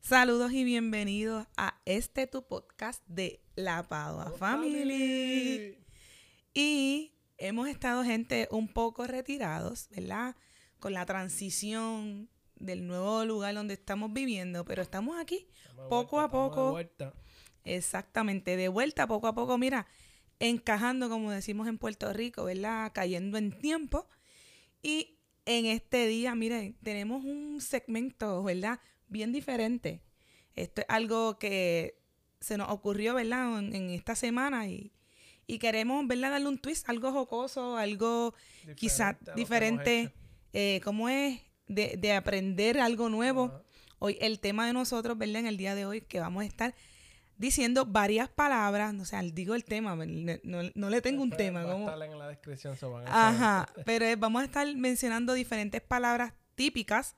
Saludos y bienvenidos a este tu podcast de La Oh, Padua Family. Y hemos estado, gente, un poco retirados, ¿verdad? Con la transición del nuevo lugar donde estamos viviendo, pero estamos aquí Estamos de Poco a estamos de poco. vuelta. exactamente de vuelta, poco a poco, mira, encajando, como decimos en Puerto Rico, ¿verdad? Cayendo en tiempo. Y en este día, miren, tenemos un segmento, ¿verdad? Bien diferente. Esto es algo que se nos ocurrió, ¿verdad? En, en esta semana y, y queremos, ¿verdad? Darle un twist, algo jocoso, algo quizás Diferente a lo que hemos diferente, hecho. eh, ¿cómo es? De, de aprender algo nuevo. Ajá. Hoy el tema de nosotros, ¿verdad? En el día de hoy, que vamos a estar diciendo varias palabras, o sea, digo el tema, no, no- no le tengo un Después tema. va a como- estar en la descripción, se van a saber. Ajá, pero eh, vamos a estar mencionando diferentes palabras típicas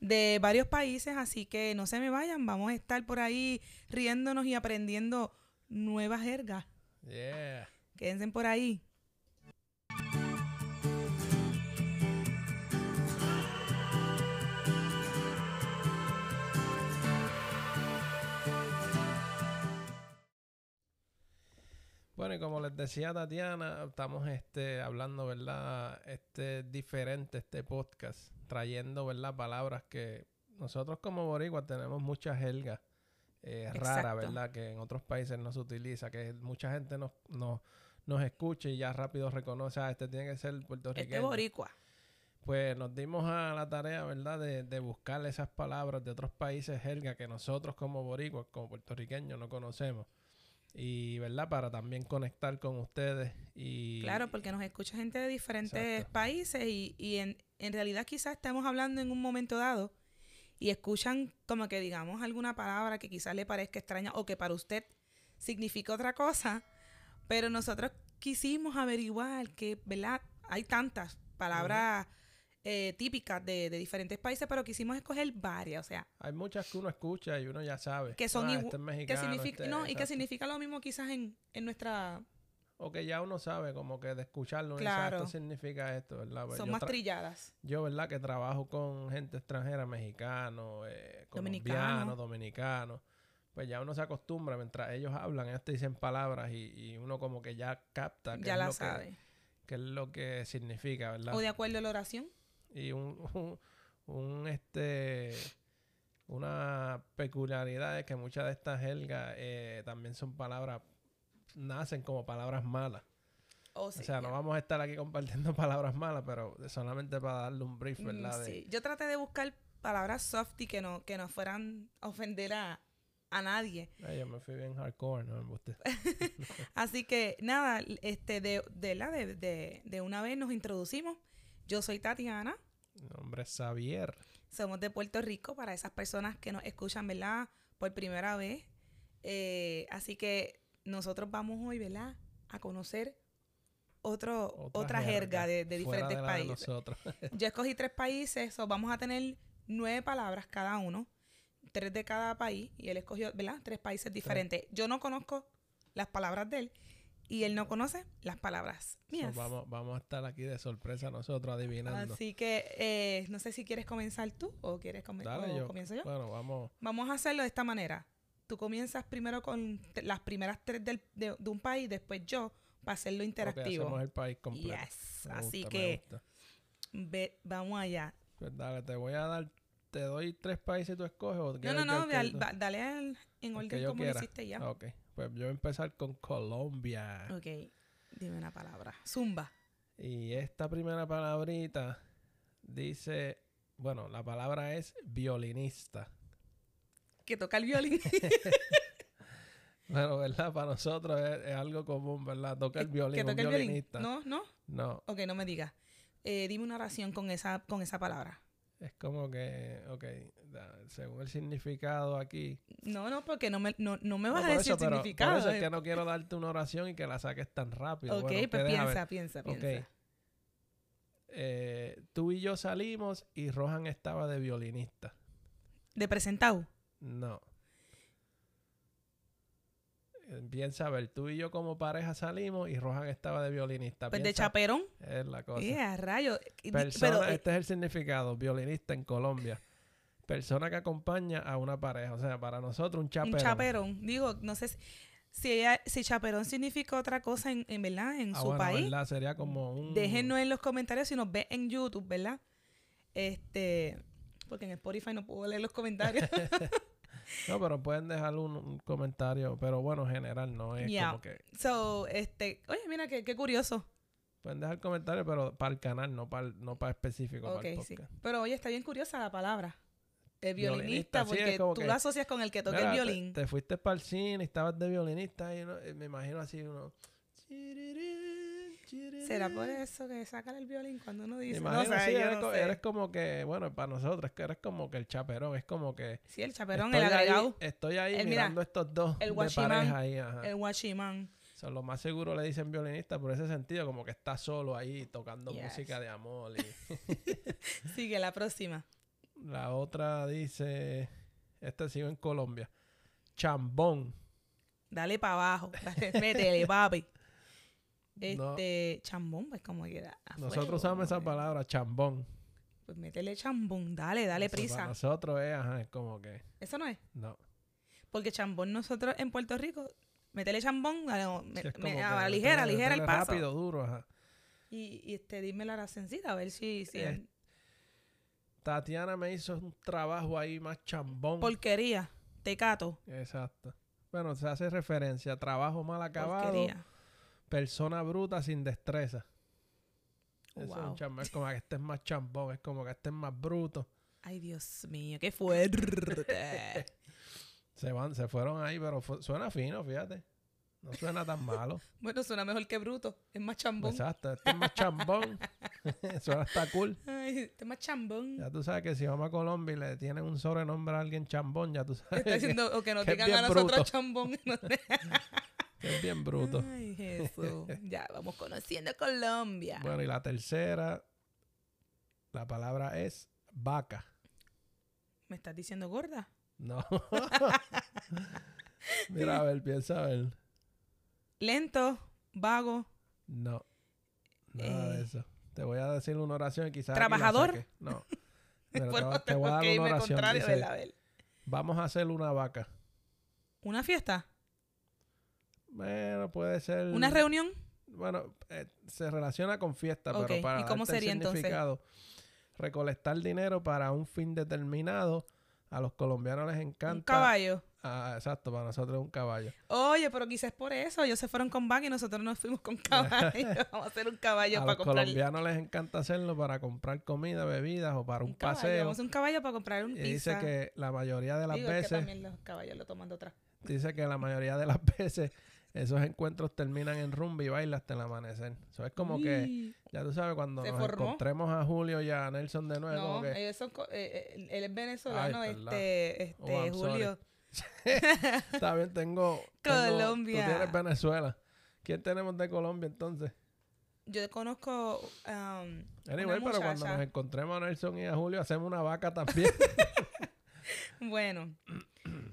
de varios países, así que no se me vayan, vamos a estar por ahí riéndonos y aprendiendo nuevas jergas. Yeah. Quédense por ahí. Bueno, y como les decía Tatiana, estamos este, hablando, ¿verdad? Este diferente, este podcast, trayendo, ¿verdad? Palabras que nosotros como boricuas tenemos muchas jergas eh, raras, Exacto. ¿verdad? Que en otros países no se utiliza, que mucha gente nos, nos, nos escucha y ya rápido reconoce, ah, este tiene que ser Este puertorriqueño. boricua. pues nos dimos a la tarea, ¿verdad?, de, de buscar esas palabras de otros países jerga que nosotros como boricuas, como puertorriqueños, no conocemos. Y, ¿verdad?, para también conectar con ustedes y... Claro, porque nos escucha gente de diferentes Exacto. países y, y en, en realidad quizás estamos hablando en un momento dado y escuchan como que digamos alguna palabra que quizás le parezca extraña o que para usted significa otra cosa, pero nosotros quisimos averiguar que, ¿verdad? Hay tantas palabras eh, típicas de, de diferentes países, pero quisimos escoger varias, o sea, Hay muchas que uno escucha y uno ya sabe. Que son Ah, igu- este es que mexicano, significa, este- no, y que exacto. significa lo mismo quizás en, en nuestra, O que ya uno sabe, como que de escucharlo, uno Claro. dice, "Ah, esto significa esto, ¿verdad? Pues son yo, más tra- trilladas. yo, ¿verdad?, que trabajo con gente extranjera, mexicano, eh, Dominicano. colombiano, dominicano. Pues ya uno se acostumbra, mientras ellos hablan, ellos te dicen palabras y, y uno como que ya capta. qué Ya es lo la que- sabe. qué es lo que significa, ¿verdad? O de acuerdo a la oración. Y un, un, un, este una peculiaridad es que muchas de estas jergas eh, también son palabras, nacen como palabras malas. O o Oh, sí, sea, no ya. vamos a estar aquí compartiendo palabras malas, pero solamente para darle un brief, Mm, ¿verdad? De- sí. Yo traté de buscar palabras soft y que no, que no fueran a ofender a, a nadie. Ay, Ah, yo me fui bien hardcore, no me guste. Así que nada, l- este de, de la de, de- de una vez nos introducimos. Yo soy Tatiana, Mi nombre es Xavier. somos de Puerto Rico para esas personas que nos escuchan, ¿verdad? Por primera vez. Eh, así que nosotros vamos hoy, ¿verdad? A conocer otro, otra, jerga, de, de fuera diferentes la de países. nosotros. Yo escogí tres países, so vamos a tener nueve palabras cada uno, tres de cada país, y él escogió, ¿verdad? Tres países diferentes. Yo no conozco las palabras de él y él no conoce las palabras So, mías. vamos, vamos a estar aquí de sorpresa nosotros adivinando. Así que eh, no sé si quieres comenzar tú o quieres comenzar Dale, yo- comienzo yo. Bueno, vamos. Vamos a hacerlo de esta manera. Tú comienzas primero con te- las primeras tres del- de, de un país, después yo, para hacerlo Ok, interactivo. hacemos el país completo. Yes. Me Así gusta, me que gusta. ve- vamos allá. Pues dale, te voy a dar. Te doy tres países y tú escoges. ¿o No, quieres no, el no, que- dal- el que va- dale al- en tú- el que orden yo como lo quiera? hiciste ya. Ah, Ok. Pues yo voy a empezar con Colombia. Ok, dime una palabra. Zumba. Y esta primera palabrita dice. Bueno, la palabra es violinista. Que toca el violín. Bueno, ¿verdad? Para nosotros es, es algo común, ¿verdad? Toca el violín, que un toca el violín. violinista. No, no. no, Ok, no me digas. Eh, dime una oración con esa, con esa palabra. es como que, ok, da- según el significado aquí, No, no, porque no me, no, no me No, vas a por decir eso, el pero- significado. Por eso es eh. que no quiero darte una oración y que la saques tan rápido. ok, Bueno, pues deja ver. piensa, piensa, Ok. piensa. Eh, tú y yo salimos y Rohan estaba de violinista. De presentado. No. Eh, Piensa, a ver, tú y yo como pareja salimos y Rohan estaba de violinista. Pues de Ah, Piensa, chaperón. Es la cosa. Eh, a rayo. Eh, di- Persona- pero, eh, este es el significado, violinista en Colombia. persona que acompaña a una pareja. O sea, para nosotros un chaperón. Un chaperón. Digo, no sé si, si ella, si chaperón significa otra cosa en, en verdad, en Ah, su bueno, país. Mm, ¿verdad? Sería como un... Déjenos en los comentarios si nos ve en YouTube, ¿verdad? Este, porque en Spotify no puedo leer los comentarios. No, pero pueden dejar un, un comentario, pero bueno, general, no es Yeah. como que... so, este, oye, mira qué, qué curioso. Pueden dejar comentarios, pero para el canal, no para no para específico, para el Ok, sí. podcast. Pero oye, está bien curiosa la palabra. El violinista, Violinista, sí, porque es como tú que- la asocias con el que toca Mira, el te- violín. Te, fuiste para el cine y estabas de violinista y uno- eh, me imagino así uno... chirirín, chirirín. ¿Será por eso que sacan el violín cuando uno Me dice? imagino, sé, sí, yo eres, no co- sé. eres como que, bueno, para nosotros, es que eres como que el chaperón, es como que... Sí, el chaperón, el estoy ahí- agregado, estoy ahí El- mira, mirando estos dos el de guachimán, pareja ahí, ajá. el guachimán. So, lo más seguro le dicen violinista por ese sentido, como que está solo ahí tocando Yes. música de amor. Y Sigue la próxima. la otra dice, este sigo en Colombia, chambón. Dale para abajo. Dale, métele, papi. No, Este, chambón, pues como queda. nosotros usamos esa palabra, chambón. Pues métele chambón, dale, dale Eso para prisa. nosotros es, ajá, es como que, Eso no es. no. Porque chambón nosotros en Puerto Rico, métele chambón, dale, no, me- Sí, es me- como ah, que ligera, métele- ligera el métele paso. Rápido, duro, ajá. Y, y este, dime la racencita, a ver si... si es Eh, Tatiana me hizo un trabajo ahí más chambón. porquería, tecato, Exacto. Bueno, se hace referencia, trabajo mal acabado, porquería. persona bruta sin destreza. Oh, Eso es, un wow. chambón, es como que este es más chambón, es como que este es más bruto. Ay, Dios mío, qué fuerte. Se van, se fueron ahí, pero fu- suena fino, fíjate. No suena tan malo. bueno, suena mejor que bruto, es más chambón. Exacto, este es más chambón. suena hasta cool. Ay, este es más chambón. Ya tú sabes que si vamos a Colombia y le tienen un sobrenombre a alguien chambón, ya tú sabes Está que, diciendo, o que nos que es digan a bien nosotros bruto. chambón. que es bien bruto. Ay, Jesús. Ya, vamos conociendo Colombia. Bueno, y la tercera, la palabra es vaca. ¿Me estás diciendo gorda? No. Mira, a ver, piensa a ver. Lento, vago, No. Nada de Eh. eso. Te voy a decir una oración y quizás. aquí la ¿Trabajador? saque. No. Pero te, Bueno, va- te tengo voy a dar que una irme oración. contrario, dice, ¿verdad? A ver. Vamos a hacer una vaca. ¿Una fiesta? Bueno, puede ser. ¿Una reunión? Bueno, eh, se relaciona con fiesta, Ok, pero ¿y para. cómo darte el sería entonces? significado, Recolectar dinero para un fin determinado. A los colombianos les encanta. ¿Un caballo? Ah, exacto, para nosotros es un caballo. Oye, pero quizás por eso. Ellos se fueron con vaca y nosotros nos fuimos con caballo. Vamos a hacer un caballo a para los comprar colombianos les encanta hacerlo para comprar comida, bebidas o para un, caballo. paseo. Vamos a un caballo para comprar un Y dice pizza. que la mayoría de las Digo, es que veces, también los caballos lo toman de otra. dice que la mayoría de las veces esos encuentros terminan en rumba y baila hasta el amanecer. Eso es como que, Uy. ya tú sabes, cuando Se nos formó. encontremos a Julio y a Nelson de nuevo, como No, que, ellos son co- eh, eh, él es venezolano, Ay, verdad. este, este Oh, I'm sorry. Julio. está bien, tengo, tengo- Colombia. Tú tienes Venezuela. ¿Quién tenemos de Colombia entonces? Yo conozco. um, Anyway, pero cuando muchacha. nos encontremos a Nelson y a Julio, hacemos una vaca también. bueno,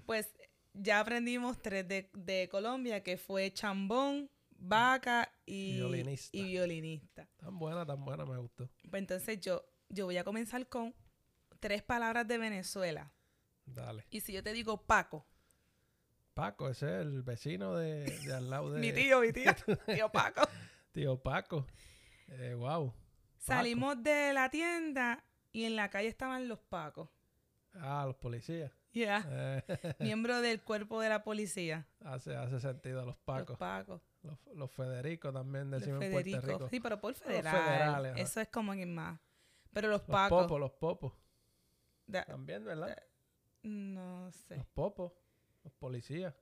pues ya aprendimos tres de, de Colombia, que fue chambón, vaca y Violinista. y violinista. tan buena, tan buena, me gustó. Pues entonces yo, yo voy a comenzar con tres palabras de Venezuela. Dale. Y si yo te digo Paco, Paco, ese es el vecino de, de al lado de mi tío, mi tío, tío Paco. tío Paco. Eh, wow. Salimos de la tienda y en la calle estaban los Pacos. Ah, los policías. Ya. Eh, Miembro del cuerpo de la policía. hace, hace sentido los Los Pacos. Pacos. Los, los Federico también Los decimos en Puerto Federico. Rico. Sí, pero por federal. federales, ajá. Eso es como en más. Pero los, Los Pacos. popos, los popos. da- También, Eh, ¿verdad? no sé. Los popos. Los policías.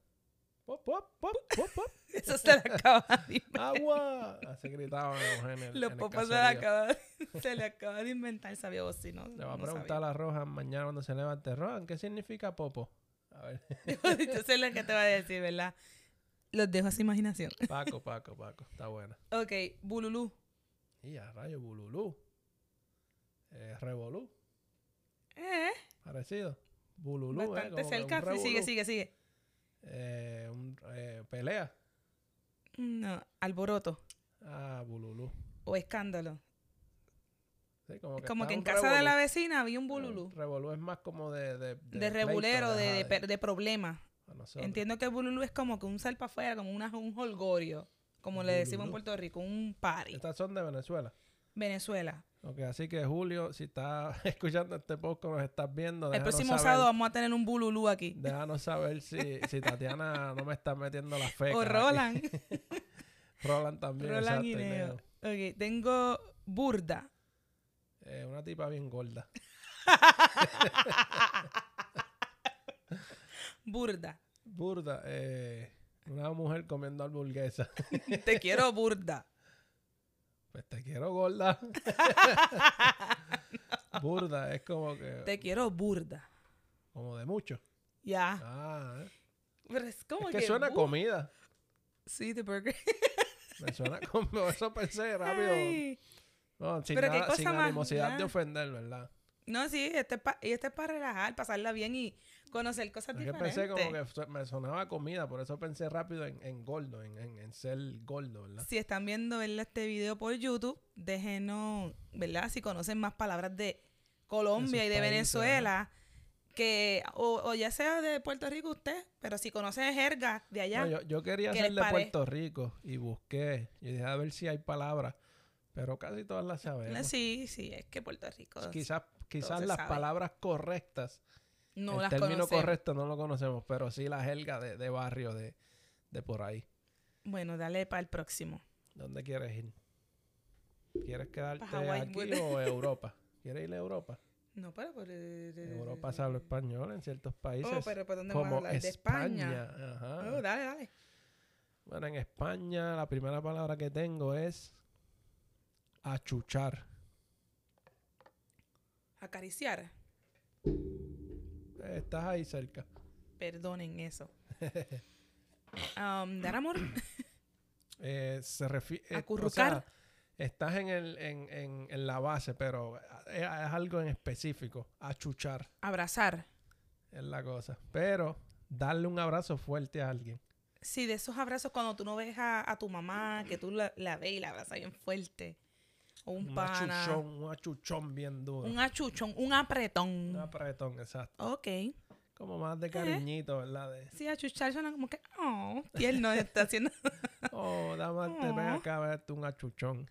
Pop, pop, pop, pop, pop. Eso se le acaba de inventar. ¡Agua! Así gritaban los en el, Los Ah, en el popos se le, caserío. acaba, de- se le acaba de inventar, sabía vos si no. Le va a no sabía. preguntar a Rojan mañana cuando se levante. Rojan, ¿qué significa popo? A ver, Yo sé lo que te va a decir, ¿verdad? Los dejo a su imaginación. Paco, Paco, Paco. Está buena. Ok, Bululú. Y a rayo, bululú. Eh, revolú. Eh, Parecido. Bululú, eh, bastante como que un cerca. Sí, sigue, revolú. sigue, sigue. Eh, un- eh, pelea. No, alboroto Ah, bululú. o escándalo. Sí, como que, Como está que en un casa de la revolú. vecina había un bululú. El Revolú es más como de... De, de Ah, De pleito, regulero, de, ajá, de, per- de problemas. a nosotros. Entiendo que el bululú es como que un salpa afuera, como una, un holgorio. Como le decimos en Bululú. Puerto Rico, un party. Estas son de Venezuela. Venezuela. Ok, así que Julio, si estás escuchando este podcast, nos estás viendo, El déjanos próximo saber, sábado vamos a tener un bululú aquí. déjanos saber si, si Tatiana no me está metiendo la fe. O Oh, Roland. Roland también, Roland exacto, y y Neo. Neo. Ok, tengo burda. Eh, una tipa bien gorda. Burda. Burda, eh, una mujer comiendo hamburguesa. Te quiero burda. Pues te quiero gorda. Burda, es como que... Te quiero burda. Como de mucho. Ya. Ah, eh. Pero es como es que suena a bu- comida. Sí, de burger. Me suena como... Eso pensé rápido. Ay. No, sin, Pero qué nada, sin cosa más animosidad de nada. ofender, ¿verdad? No, sí, este es pa- y este es para relajar, pasarla bien y conocer cosas Es que diferentes. pensé como que su- me sonaba comida, por eso pensé rápido en, en gordo, en, en, en ser gordo, ¿verdad? Si están viendo ¿verdad? este video por YouTube, déjenos, ¿verdad? Si conocen más palabras de Colombia De y sus de países, Venezuela, que, o, o ya sea de Puerto Rico usted, pero si conocen jerga de allá, No, yo, yo quería ¿Qué ser les de pare? Puerto Rico y busqué. Yo dije, a ver si hay palabras, pero casi todas las sabemos. sí, sí, es que Puerto Rico Quizás, quizás se las sabe. palabras correctas, no el las término conocemos. correcto no lo conocemos, pero sí la jerga de, de barrio, de, de por ahí. Bueno, dale para el próximo. ¿Dónde quieres ir? ¿Quieres quedarte Hawái, aquí bueno. o Europa? ¿Quieres ir a Europa? No, pero por... Europa se habla español en ciertos países. Oh, pero ¿por dónde vamos a como hablar? De España. Ah. España. Ajá. Oh, dale, dale. Bueno, en España la primera palabra que tengo es achuchar. Acariciar. Eh, Estás ahí cerca. Perdonen eso. Um, dar amor. Eh, se refiere. Acurrucar. estás en, el, en, en- en la base, pero eh, es, es algo en específico. Achuchar Abrazar. es la cosa. Pero darle un abrazo fuerte a alguien. Sí, de esos abrazos cuando tú no ves a, a tu mamá, que tú la, la ves y la abrazas bien fuerte. O un, pana. achuchón, un achuchón bien duro. Un achuchón, un apretón. Un apretón, exacto. ok. Como más de cariñito, ¿verdad? De, Sí, achuchar suena como que, oh, tierno está haciendo. Oh, dame, te ven Aw. acá a verte un achuchón.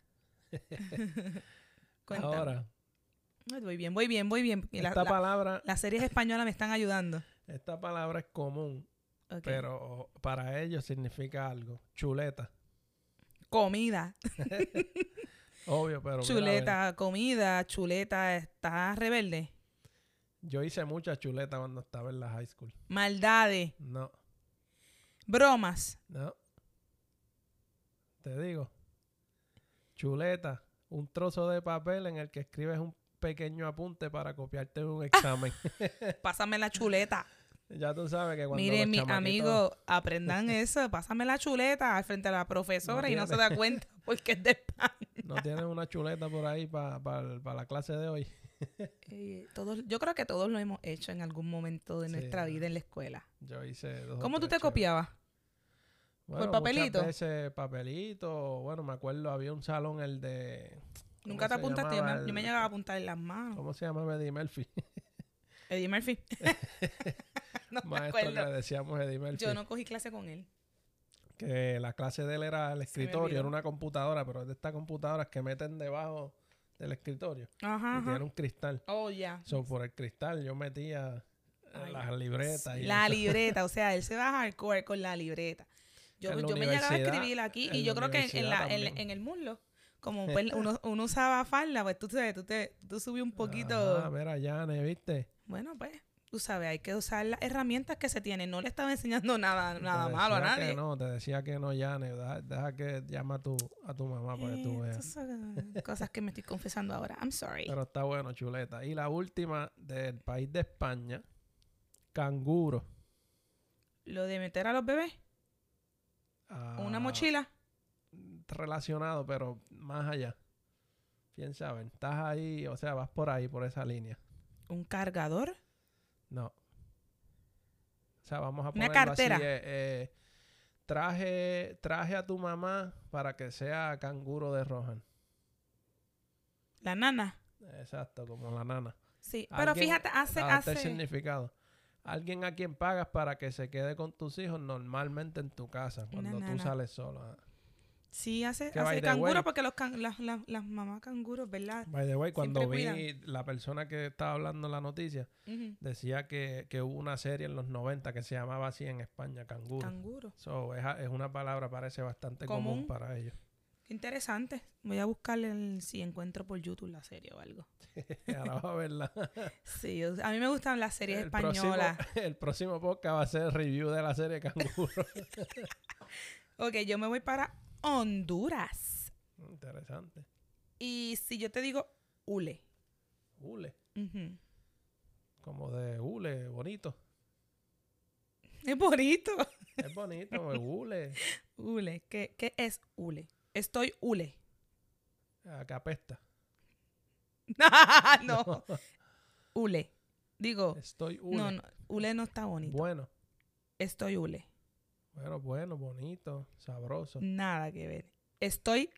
Cuéntame. Ahora, Ay, Voy bien, voy bien, voy bien. Y la- esta la- palabra, las series españolas me están ayudando. esta palabra es común, Ok. pero para ellos significa algo. Chuleta. Comida, Obvio, pero mira, a ver, chuleta, comida, chuleta, está rebelde. yo hice mucha chuleta cuando estaba en la high school. Maldades, No, bromas, no. Te digo. Chuleta, un trozo de papel en el que escribes un pequeño apunte para copiarte un examen. pásame la chuleta. ya tú sabes que cuando Miren, los mis chamaquitos- amigos, aprendan eso, pásame la chuleta al frente de la profesora y no se da cuenta porque es de España. no tienen una chuleta por ahí para la clase de hoy. Eh, todos, yo creo que todos lo hemos hecho en algún momento de Sí, nuestra ajá. vida en la escuela. Yo hice dos o ¿Cómo tú te tres chéveres. copiabas? Bueno, ¿Por papelito? Muchas veces papelito. Bueno, me acuerdo, había un salón, el de. ¿cómo Nunca te se apuntaste, yo me, llamaba yo me el- llegaba a apuntar en las manos. ¿Cómo se llamaba Eddie Murphy? Eddie Murphy. no me Maestro que le acuerdo. decíamos Eddie Murphy. Yo no cogí clase con él. Que la clase de él era el me escritorio, era olvidó. una computadora, pero es de estas computadoras que meten debajo del escritorio. Ajá. Y ajá. tiene un cristal. Oh, ya. So, por el cristal yo metía eh, Ay, las libretas. y La eso. libreta, o sea, él se va hardcore con la libreta. Yo, En la yo me llegaba a universidad- escribir aquí en y la yo creo que en- en, universidad la- en- también. en el muslo, como pues, uno, uno usaba falda, pues tú sabes, tú, te, tú subí un poquito. Ah, mira, Yane, ¿viste? Bueno, pues, tú sabes, hay que usar las herramientas que se tienen. No le estaba enseñando nada, nada Te malo a decía que nadie. no, te decía que no, Yane. Deja, deja que llama a tu, a tu mamá para que tú Eh, veas. estas son cosas que me estoy confesando ahora. I'm sorry. Pero está bueno, chuleta. Y la última del país de España, canguro. Lo de meter a los bebés en una Ah, mochila. Relacionado, pero más allá. Quién sabe, estás ahí, o sea, vas por ahí, por esa línea. Un cargador. No. O sea, vamos a Una ponerlo cartera. así. eh, eh, traje, traje a tu mamá para que sea canguro de Rohan. La nana. Exacto, como la nana. Sí, pero Alguien- fíjate, hace, Adapta el hace, Ah, este significado. Alguien a quien pagas para que se quede con tus hijos normalmente en tu casa cuando tú nana. sales solo. ah. sí, hace, Que hace by el the canguro, way- porque los can- las, las, las mamás canguros, ¿verdad? By the way, cuando vi Siempre la persona que estaba hablando en la noticia, Ujú, decía que, que hubo una serie en los 90 que se llamaba así en España, Canguro. Canguro. So, es, a- es una palabra, parece bastante Común. común para ellos. Qué interesante. Voy a buscarle el- si encuentro por YouTube la serie o algo. Ahora vas a verla. Sí, yo- a mí me gustan las series El próximo, españolas. el próximo podcast va a ser review de la serie Canguro. Ok, yo me voy para Honduras. Interesante. Y si yo te digo hule. Hule. Ujú. Como de hule, bonito. Es bonito. Es bonito, pues, hule. Hule. ¿Qué, qué es hule? Estoy hule. Ah, que apesta. no. Hule. Digo, Estoy no, hule. no. Hule no está bonito. bueno, Estoy hule. bueno, bueno, bonito, sabroso. Nada que ver. Estoy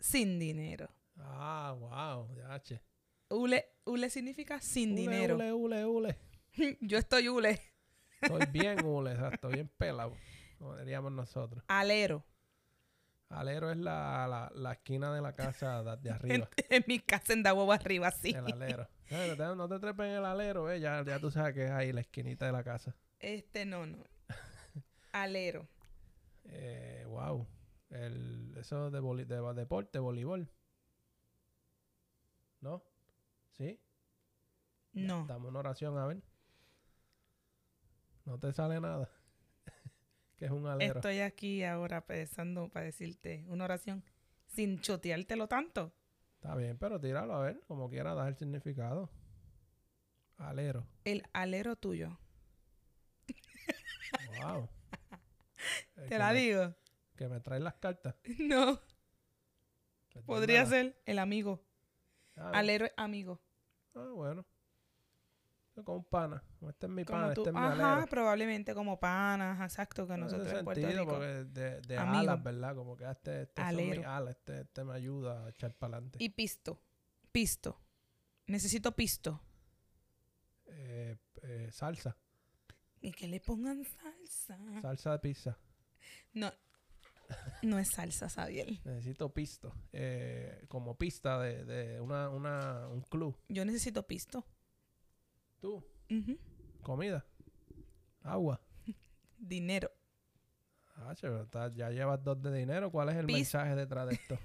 sin dinero. Ah, wow, ya che. Hule, hule significa sin Hule, dinero. Hule, hule, hule. Yo estoy hule. Estoy bien hule, exacto, bien pelado. Como diríamos nosotros. Alero. Alero es la, la, la esquina de la casa de, de En, arriba. en mi casa en Dabobo arriba, sí. El alero. Eh, no te- No te trepes en el alero, eh. Ya, ya tú sabes que es ahí la esquinita de la casa. Este no, no. Alero. Eh, wow. El, eso de, voli- de va- deporte, voleibol. ¿No? ¿Sí? Ya, No. Dame una oración, a ver. No te sale nada. que es un alero. Estoy aquí ahora pensando para decirte una oración sin choteártelo tanto. Está bien, pero tíralo a ver, como quiera, dar el significado. Alero. El alero tuyo. Wow. El Te que la me- digo. Que me trae las cartas. No, Pues podría dímela. ser el amigo. Ah, Alero es amigo. Ah, bueno. Yo Con un pana. Como Este es mi Como pana, tú. este es mi Ajá, alero. probablemente como panas, exacto, que No hace nosotros en Puerto sentido, Rico. porque de, de Amigo. alas, ¿verdad? Como que este, este son mis Alero. alas, este, este me ayuda a echar para adelante. Y pisto. Pisto. Necesito pisto. Eh, eh, salsa, Y que le pongan salsa. salsa de pizza. No. No es salsa, Sabiel. Necesito pisto. Eh, como pista de, de una, una, un club. Yo necesito pisto. Tú, Ujú. comida, agua. Dinero. Ah, che, pero está- ya llevas dos de dinero. ¿Cuál es el Pis- mensaje detrás de esto?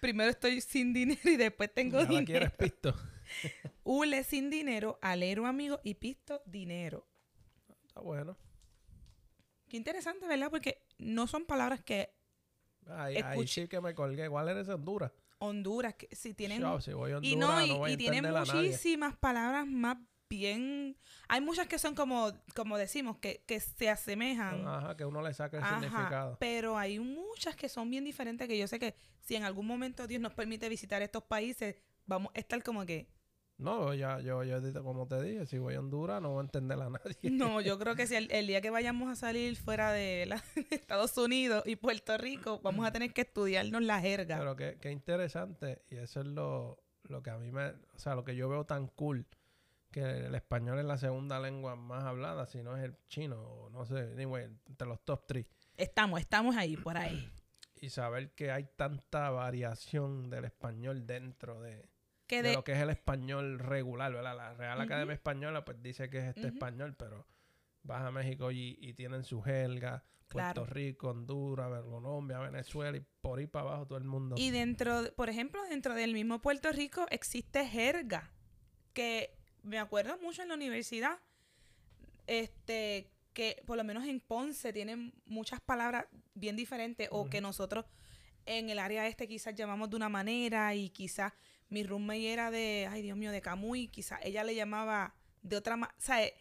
Primero estoy sin dinero y después tengo Ahora dinero. quieres pisto. Ule sin dinero, alero amigo y pisto dinero. Está Ah, bueno. Qué interesante, ¿verdad? Porque no son palabras que Ahí, ahí Escuche. sí que me colgué. ¿Cuál eres Honduras? Honduras, que si tienen... Chao, si voy a y Honduras, no, no, y, voy a y tienen entender a nadie. muchísimas palabras más bien... Hay muchas que son como, como decimos, que, que se asemejan. Ajá, que uno le saca el Ajá, significado. pero hay muchas que son bien diferentes que yo sé que si en algún momento Dios nos permite visitar estos países, vamos a estar como que... No, ya, yo, yo, dije, como te dije, si voy a Honduras no voy a entender a nadie. No, yo creo que si el, el día que vayamos a salir fuera de la- Estados Unidos y Puerto Rico, vamos a tener que estudiarnos la jerga. Pero qué, qué interesante. Y eso es lo, lo que a mí me... O sea, lo que yo veo tan cool. Que el español es la segunda lengua más hablada, si no es el chino, o no sé, anyway, entre los top three. Estamos, estamos ahí, por ahí. Y saber que hay tanta variación del español dentro de, Que de de, lo que es el español regular, ¿verdad? La Real Academia Ujú. Española pues dice que es este Ujú. español, pero vas a México y, y tienen su jerga. Claro. Puerto Rico, Honduras, Ver- Colombia, Venezuela y por ahí para abajo todo el mundo. y dentro, de- por ejemplo, dentro del mismo Puerto Rico existe jerga. Que me acuerdo mucho en la universidad, este, que por lo menos en Ponce tienen muchas palabras bien diferentes o que Ujú. nosotros en el área este quizás llamamos de una manera y quizás mi roommate era de, ay Dios mío, de Camuy, quizás ella le llamaba de otra manera. O sea, eh,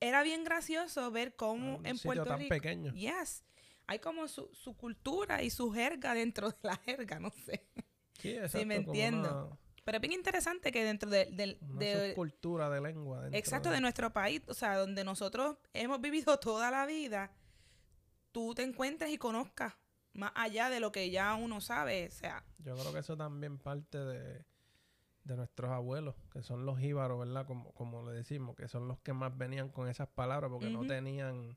era bien gracioso ver cómo Ah, un en sitio Puerto tan Rico... pequeño. Yes. Hay como su, su cultura y su jerga dentro de la jerga, no sé. Sí, exacto, me como entiendo. una- Pero es bien interesante que dentro del... del- Una de- subcultura de lengua. dentro exacto, de nuestro país, o sea, donde nosotros hemos vivido toda la vida, tú te encuentres y conozcas más allá de lo que ya uno sabe, o sea, Yo creo que eso también parte de, de nuestros abuelos, que son los jíbaros, ¿verdad? Como, como le decimos, que son los que más venían con esas palabras porque no Ujú. tenían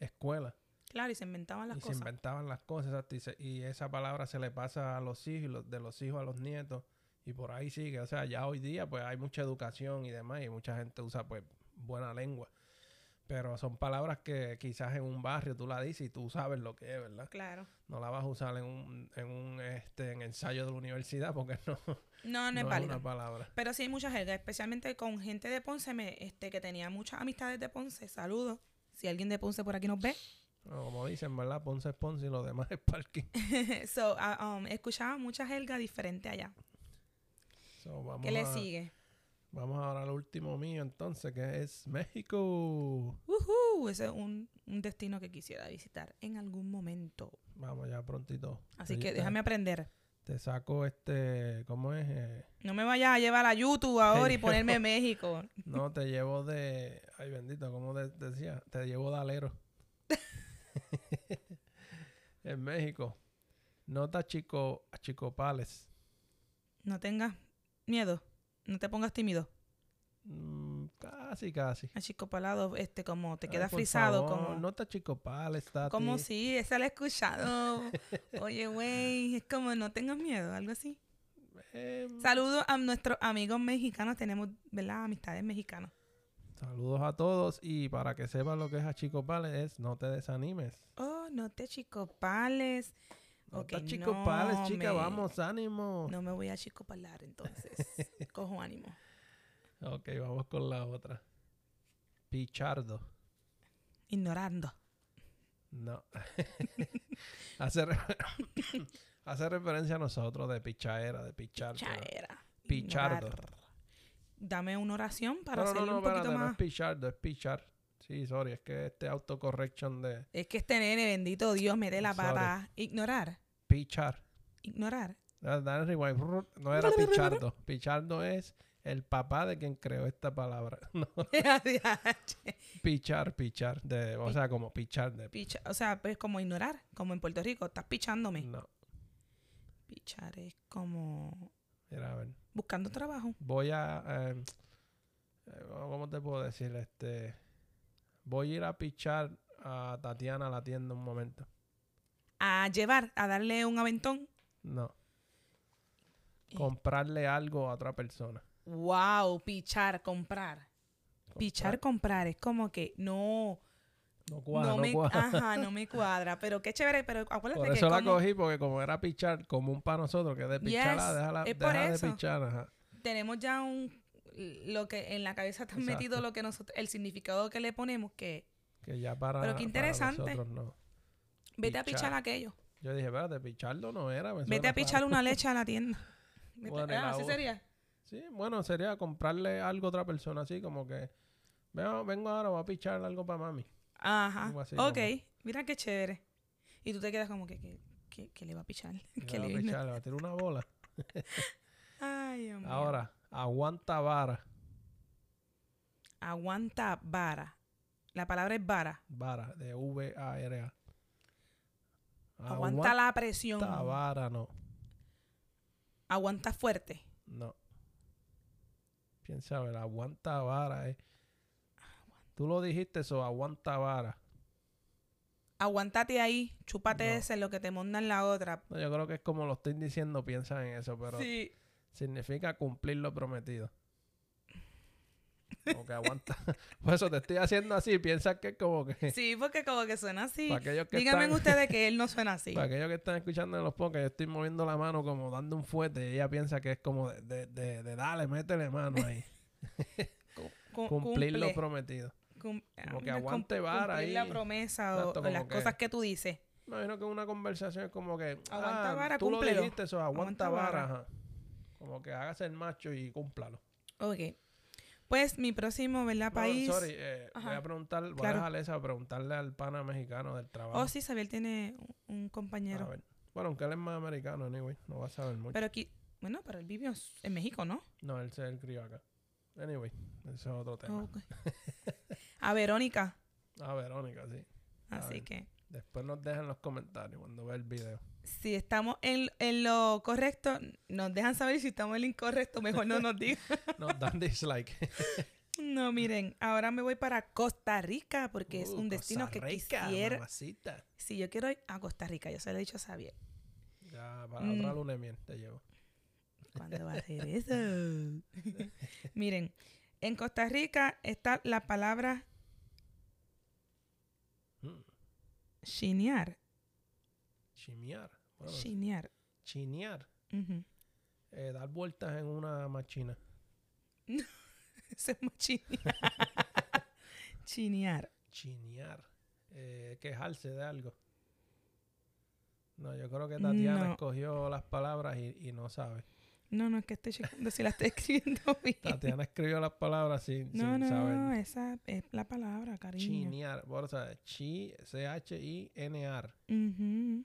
escuela. Claro, y se inventaban las y cosas. se inventaban las cosas, exacto, y, se- y esa palabra se le pasa a los hijos, y los- de los hijos a los nietos, y por ahí sigue. O sea, ya hoy día pues hay mucha educación y demás, y mucha gente usa pues buena lengua. Pero son palabras que quizás en un barrio tú la dices y tú sabes lo que es, ¿verdad? Claro. No la vas a usar en un, en un este, en ensayo de la universidad porque no, No, no, no es es válido. una palabra. Pero sí hay mucha jerga, especialmente con gente de Ponce, me, este, que tenía muchas amistades de Ponce. Saludos. Si alguien de Ponce por aquí nos ve. No, como dicen, ¿verdad? Ponce es Ponce y lo demás es parking. so, ah, um, escuchaba mucha jerga diferente allá. So, vamos, ¿Qué le a- sigue? vamos ahora al último mío entonces, que es México. Ujú, Ese es un, un destino que quisiera visitar en algún momento. Vamos ya prontito. Así Ahí que está. déjame aprender. Te saco este, ¿cómo es? Eh, No me vayas a llevar a YouTube ahora y ponerme México. no, te llevo de, ay bendito, ¿cómo de- decía? Te llevo de alero. en México. Nota chico, a chicopales. No tengas miedo. No te pongas tímido. Mm, casi, casi. Achicopalado, este, como te Ay, queda por frisado, favor, como... Nota chicopales, tati. Como si, esa la he escuchado. Oye, güey, es como no tengas miedo, algo así. Em, Saludos a nuestros amigos mexicanos, tenemos, ¿verdad? Amistades mexicanas. Saludos a todos y para que sepan lo que es achicopales es no te desanimes. Oh, no te chicopales. No Ok, te achicopales, no chica, me- vamos, ánimo. No me voy a chicopalar, entonces. Cojo ánimo. Ok, vamos con la otra. Pichardo. Ignorando. No. hace, re- hace referencia a nosotros de pichaera, de pichar. pero- Chaera. Pichardo. Ignorar. Dame una oración para No, no, hacerlo no, no, un poquito espérate, no más. es pichardo, es pichar. Sí, sorry, es que este autocorrection de es que este nene, bendito Dios, mete la Sorry. pata. Ignorar. pichar. Ignorar. Da- Dale rewind. Brr, No era pichardo. Pichardo es el papá de quien creó esta palabra. No, pichar, pichar. De, o Pi- sea, como pichar de... Picha- o sea, pues como ignorar, como en Puerto Rico, estás pichándome. No, Pichar es como mira, a ver. buscando trabajo. voy a em, eh, cómo te puedo decir este voy a ir a pichar a Tatiana a la tienda un momento A llevar, a darle un aventón. no Eh. comprarle algo a otra persona Wow, pichar, comprar. Pichar, Comprar- comprar, es como que no, no cuadra, no no me, cuadra. ajá, no me cuadra. Pero qué chévere, pero acuérdate por que eso la como cogí porque como era pichar común para nosotros que de pichar ah, Yes, déjala- es por deja de eso. pichar ajá. tenemos ya un lo que en la cabeza está Exacto. metido lo que nosotros, el significado que le ponemos que que ya para Pero qué para interesante. nosotros no vete a Pichar. pichar aquello. yo dije espérate picharlo no era me Vete suena a pichar raro. una leche a la tienda. Vete- Bueno, y ah, la así u- sería. Sí, bueno, sería comprarle algo a otra persona, así como que vengo, vengo ahora, voy a pichar algo para mami. Ajá. Algo así ok, como- mira qué chévere. Y tú te quedas como que, que, que- que le va a pichar. Y que le va a le- pichar, le va a tirar una bola. Ay, Dios mío. Ahora, aguanta vara, Aguanta vara. La palabra es vara. vara, de V-A-R-A. Aguanta la presión. Aguanta vara, no, Aguanta fuerte. no. Piensa, a ver, aguanta vara, eh. Tú lo dijiste eso, aguanta vara. Aguántate ahí. Chúpate No. ese, lo que te mandan la otra. No, yo creo que es como lo estoy diciendo, piensa en eso, pero sí. significa cumplir lo prometido. Como que aguanta. Por eso te estoy haciendo así, piensa que es como que. Sí, porque como que suena así. Para aquellos que Díganme están- ustedes que él no suena así. Para aquellos que están escuchando en los podcasts, yo estoy moviendo la mano como dando un fuerte y ella piensa que es como de, de, de- de dale, métele mano ahí. Cu- cu- cumple. cumplir lo prometido. Cum- ah, Como que cum- aguante vara cumplir la ahí. promesa o- Exacto, o, como las que- cosas que tú dices. Me imagino que una conversación es como que. Aguanta ah, vara, Tú lo cúmplelo. dijiste eso, aguanta, Aguanta vara. vara. ajá. Como que hágase el macho y cúmplalo. Ok. Pues mi próximo, ¿verdad? No, País. sorry, eh, voy Ajá. a preguntar, voy a Claro. dejarle esa, a preguntarle al pana mexicano del trabajo. Oh, sí, Xavier tiene un- un A compañero. ver. Bueno, aunque él es más americano, anyway, no va a saber mucho. Pero aquí, bueno, pero él vivió en México, ¿no? No, él se él crió acá. Anyway, ese es otro tema. Oh, Ok. A Verónica. A Verónica, sí. Así ver. que. Después nos dejan los comentarios cuando ve el video. Si estamos en, en lo correcto, nos dejan saber. Si estamos en lo incorrecto, mejor no nos digan. Nos dan dislike. No, miren, ahora me voy para Costa Rica porque es Uh, un destino Costa que Rica, quisiera. mamacita. Si yo quiero ir a Costa Rica, yo se lo he dicho a Xavier. Ya, para otra Mm. luna de miel te llevo. ¿Cuándo va a hacer eso? miren, en Costa Rica está la palabra Mm. chinear. Chimear. Bueno, Chinear. chinear. Ujú. Eh, dar vueltas en una machina. Eso es más chinear. chinear. Chinear. Eh, quejarse de algo. No, yo creo que Tatiana No. escogió las palabras y, y no sabe. No, no, es que estoy checando si la estoy escribiendo bien. Tatiana escribió las palabras sin, No, sin no, saber. no, esa es la palabra, cariño. Chinear. Bueno, o sea, chi, C-H-I-N-R. Ujú.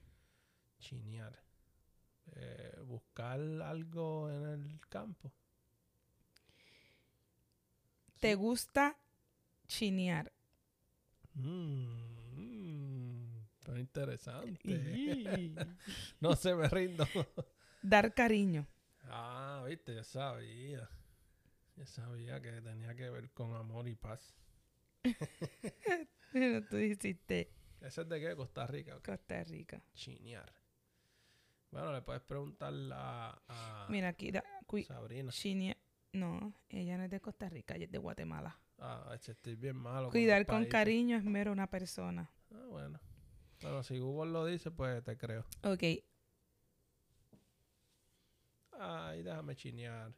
Chinear. Eh, buscar algo en el campo. ¿Te Sí. gusta chinear? Mm, Mmm, tan interesante. Y- No se me rindo. Dar cariño. ah, viste, yo sabía. Yo sabía que tenía que ver con amor y paz. Pero tú hiciste ¿Ese es de qué? Costa Rica. ok. Costa Rica. Chinear. Bueno, le puedes preguntar a, a Mira, Kira, cui- Sabrina. chinear. No, ella no es de Costa Rica, ella es de Guatemala. Ah, che, estoy bien malo. los Cuidar con países. cariño es mero una persona. Ah, bueno. Bueno, si Google lo dice, pues te creo. Ok, Ay, déjame chinear.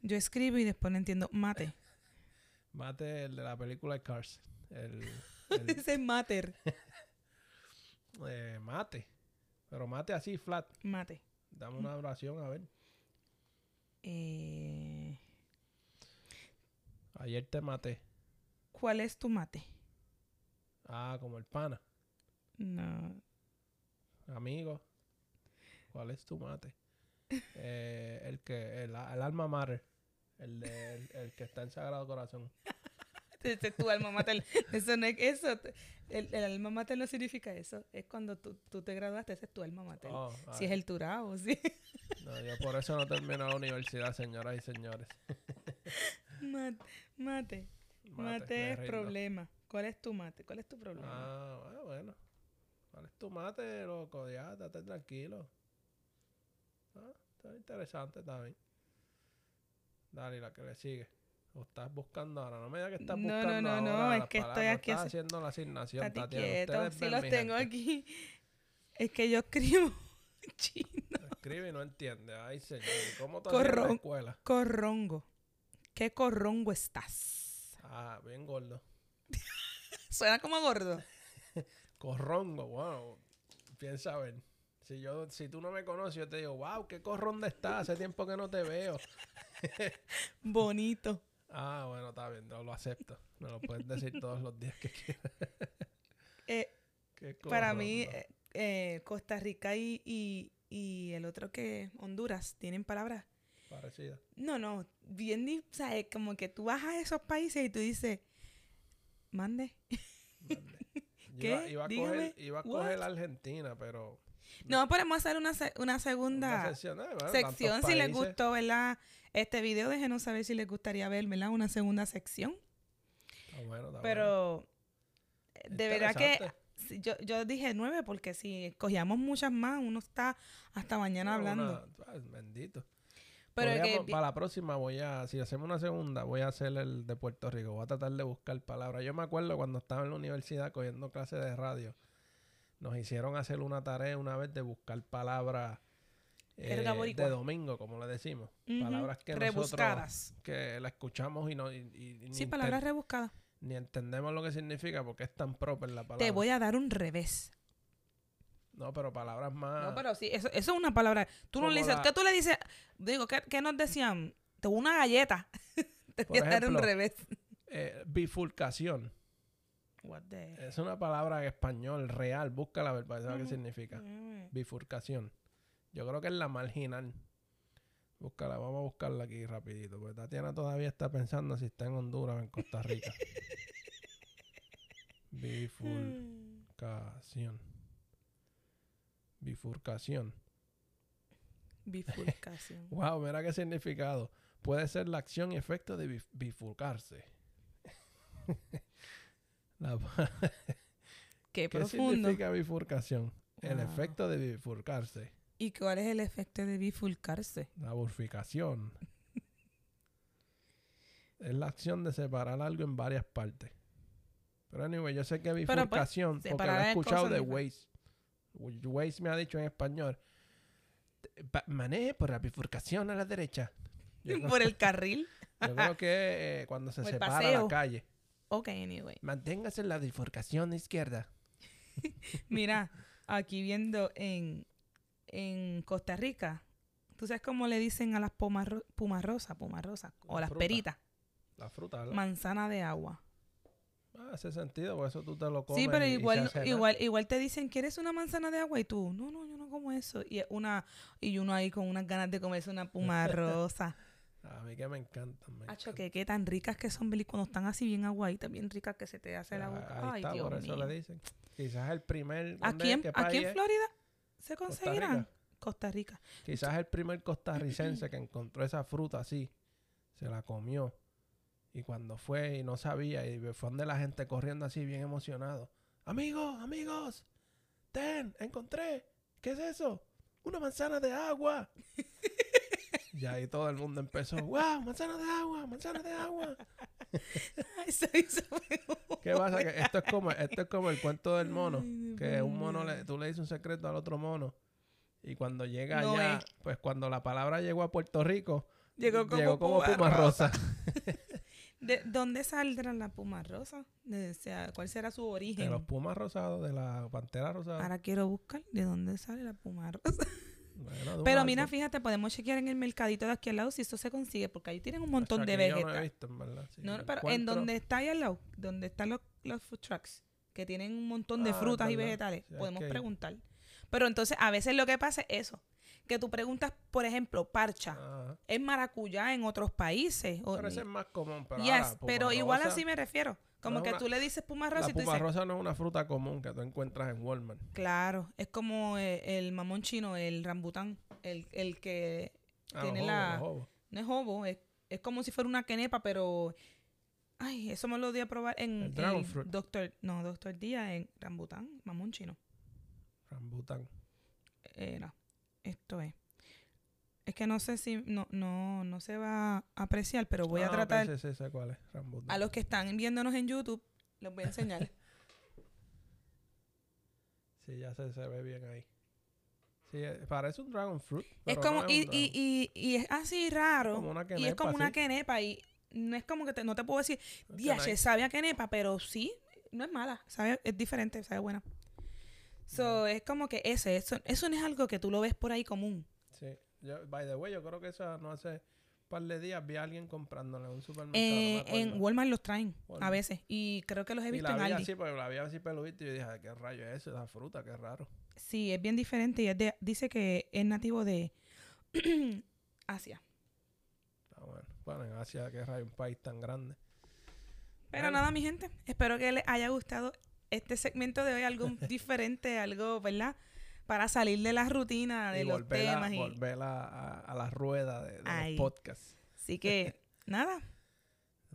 yo escribo y después no entiendo. Mate. Mate el de la película Cars. El, el- Dice mater. eh, mate. Pero mate así, flat. Mate. Dame una oración, a ver. Eh, Ayer te maté. ¿Cuál es tu mate? Ah, como el pana. No. Amigo. ¿Cuál es tu mate? Eh, el que, el, el alma mater. El, de- el, el que está en Sagrado Corazón. Ese es tu alma mater. Eso no es eso. El, el alma mater no significa eso. Es cuando tú, tú te graduaste, ese es tu alma mater. Oh, Si ay, es el Turabo, sí. no, yo por eso no termino la universidad, señoras y señores. Mate. Mate, Mate, me es rindo. problema. ¿Cuál es tu mate? ¿Cuál es tu problema? Ah, ah, bueno. ¿Cuál es tu mate, loco? Ya, estate tranquilo. Ah, está interesante también. Dale, la que le sigue. O estás buscando ahora. No me digas que estás No, no, buscando no, ahora. no, las es que estoy palabras. aquí hace- Estás haciendo la asignación, Estate Tatiana. quieto. Ustedes Si ven, los mi tengo gente. aquí. Es que yo escribo chino. Escribe y no entiende. Ay, señor. ¿y ¿Cómo te hacían en la Corrón. escuela? Corrongo. ¿Qué corrongo estás? Ah, bien gordo. Suena como gordo. Corrongo, wow. Piensa a ver. Si, yo, si tú no me conoces, yo te digo, wow, qué corronda estás. Hace tiempo que no te veo. Bonito. Ah, bueno, está bien, no lo acepto. Me lo puedes decir todos los días que quieras. Eh, Qué Para mí, corrondo. eh, eh, Costa Rica y, y- y el otro que Honduras tienen palabras. Parecida. No, no, bien, di- o sea, es como que tú vas a esos países y tú dices, mande. Vale. Yo ¿Qué? Iba, iba a coger, Dígame, iba a what? coger la Argentina, pero. No, podemos hacer una, se- una segunda una sección, eh, bueno, sección tantos si les países. gustó, ¿verdad? Este video, déjenos saber si les gustaría ver, ¿verdad? Una segunda sección. Está Ah, bueno, está bueno. Pero, eh, de verdad que Interesante. si- yo, yo dije nueve porque si cogíamos muchas más, uno está hasta mañana Bueno, hablando. una- ah, bendito. Pero que Podríamos- vi- para la próxima voy a, si hacemos una segunda, voy a hacer el de Puerto Rico. Voy a tratar de buscar palabras. Yo me acuerdo cuando estaba en la universidad cogiendo clases de radio, nos hicieron hacer una tarea una vez de buscar palabras eh, Jerga boricua. de domingo, como le decimos. Ujú, Palabras que nosotros rebuscadas. que la escuchamos y no y, y- y Sí, ni, palabras enten- rebuscadas. ni entendemos lo que significa porque es tan proper la palabra. Te voy a dar un revés. No, pero palabras más. No, pero sí, eso, eso es una palabra. Tú no le Ah. Como dices, la- ¿qué tú le dices? Digo, ¿qué, qué nos decían? Te voy a una galleta. Te voy Por a dar un ejemplo, revés. eh, bifurcación. What the... Es una palabra en español real. Busca la verdad, ¿sabes qué Ujú. significa? Mm. Bifurcación. Yo creo que es la marginal. Búscala, vamos a buscarla aquí rapidito. Porque Tatiana todavía está pensando si está en Honduras o en Costa Rica. Bifurcación. Bifurcación. Bifurcación. Wow, mira qué significado. Puede ser la acción y efecto de bif- bifurcarse. La pa- Qué, ¿Qué profundo. Ah. significa bifurcación? El Wow. efecto de bifurcarse. ¿Y cuál es el efecto de bifurcarse? La bifurcación. es la acción de separar algo en varias partes. Pero anyway, yo sé que pues, bifurcación, porque lo separar he es escuchado cosa de diferente. Waze. Waze me ha dicho en español, "Te- pa- maneje por la bifurcación a la derecha. Yo creo- Por el carril. Yo creo que eh, cuando se O el separa la paseo. calle. Ok, anyway. Manténgase en la bifurcación izquierda. Mira, aquí viendo en, en Costa Rica, ¿tú sabes cómo le dicen a las pomas ro- pumas rosas? Pumas rosas. O La las fruta. peritas. La fruta, ¿verdad? Manzana de agua. Ah, hace sentido, por eso tú te lo comes. Sí, pero y- y se igual, hace nada. igual, igual te dicen, ¿quieres una manzana de agua? Y tú, no, no, yo no como eso. Y es una, y uno ahí con unas ganas de comerse una puma rosa. A mí que me encanta. Me Acho, encanta. que qué tan ricas que son, Beli, cuando están así bien aguaditas, bien ricas que se te hace la Ah, boca. ahí Ay, está, Dios por eso mío. le dicen. Quizás el primer. ¿dónde Aquí, es? en, ¿Qué aquí país en es? Florida se Costa conseguirán. Rica. Costa Rica. Quizás el primer costarricense que encontró esa fruta así, se la comió. Y cuando fue y no sabía, y fue donde la gente corriendo así, bien emocionado. Amigos, amigos, ten, encontré. ¿Qué es eso? Una manzana de agua. y ahí todo el mundo empezó, wow, manzana de agua, manzana de agua. Ay, se hizo mejor. ¿Qué pasa? Que esto es como, esto es como el cuento del mono. Ay, Dios Que un mío. mono, le, tú le dices un secreto al otro mono. Y cuando llega No allá, es. pues cuando la palabra llegó a Puerto Rico, Llegó como, Puma, Rosa. ¿De dónde saldrá la puma rosa? De- o sea, ¿cuál será su De los origen? Pumas Rosados, de la Pantera Rosada. Ahora quiero buscar de dónde sale la puma rosa. Bueno, de Pero un mira, árbol. fíjate, podemos chequear en el mercadito de aquí al lado si eso se consigue, porque ahí tienen un montón Eso de aquí yo no he vegetas. visto, en verdad. Si No, lo pero en encuentro, donde está ahí al lado, donde están los, los food trucks, que tienen un montón de Ah, es frutas y verdad. vegetales, Sí, hay podemos que ir. preguntar. Pero entonces, a veces lo que pasa es eso, que tú preguntas, por ejemplo, parcha, ajá. es maracuyá en otros países. O Ah. Pero ese es más común. Pero, Oh, Yes, ahora, Puma pero igual Rosa- así me refiero. Como no es que una- tú le dices puma La rosa y tú Puma dices, Rosa no es una fruta común que tú encuentras en Walmart. claro, es como eh, el, mamón chino, el rambután, el, el que Ah, Tiene los la- jobos, los jobos. no es hobo, es, es como si fuera una quenepa, pero... Ay, eso me lo di a probar en El dragon fruit. Doctor, no, Doctor Díaz en Rambután, mamón chino. Rambután. Era, esto es. Es que no sé si, no, no, no se va a apreciar, pero voy Ah, a ok, tratar, sí, sí, sé cuál es. Rambután. a los que están viéndonos en YouTube, les voy a enseñar. Sí, ya se, se ve bien ahí. Sí, eh, parece un dragon fruit. es pero como, no es un y, dragon. y, y, y es así raro, Como una y es como quenepa, una sí. quenepa, y no es como que te- no te puedo decir, Ok, Diache, nice. sabe a quenepa, pero sí, no es mala, sabe, es diferente, sabe buena. So, es como que ese, eso, eso no es algo que tú lo ves por ahí común. Sí. Yo, by the way, yo creo que eso no hace un par de días vi a alguien comprándole en un supermercado. no Mm, me Eh, acuerdo. en Walmart los traen a Walmart. veces y creo que los he y visto la en vi Aldi. así, pero la vi así peludita y yo dije, "Ay, ¿qué rayo es eso? Esa fruta, qué raro. Sí, es bien diferente y es de- dice que es nativo de Asia. Ah, bueno. Bueno, en Asia, qué rayo, un país tan grande. Pero Bueno. nada, mi gente, espero que les haya gustado este segmento de hoy, algo diferente, algo, ¿verdad? Para salir de la rutina Ah, de y los volver, temas. a, y- volver a, a- a la rueda de, de Ay. los podcasts. Así que, nada,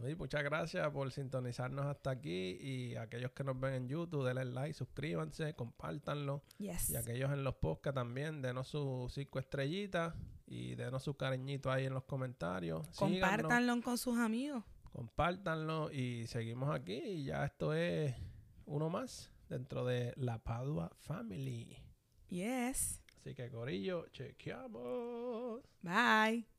Sí, muchas gracias por sintonizarnos hasta aquí y aquellos que nos ven en YouTube, denle like, suscríbanse, compártanlo. yes. Y aquellos en los podcasts también, denos sus cinco estrellitas y denos su cariñito ahí en los comentarios. Síganos, Compártanlo con sus amigos. compártanlo y seguimos aquí. Y ya esto es uno más dentro de la Padua Family. Yes. Así que, Corillo, chequeamos. Bye.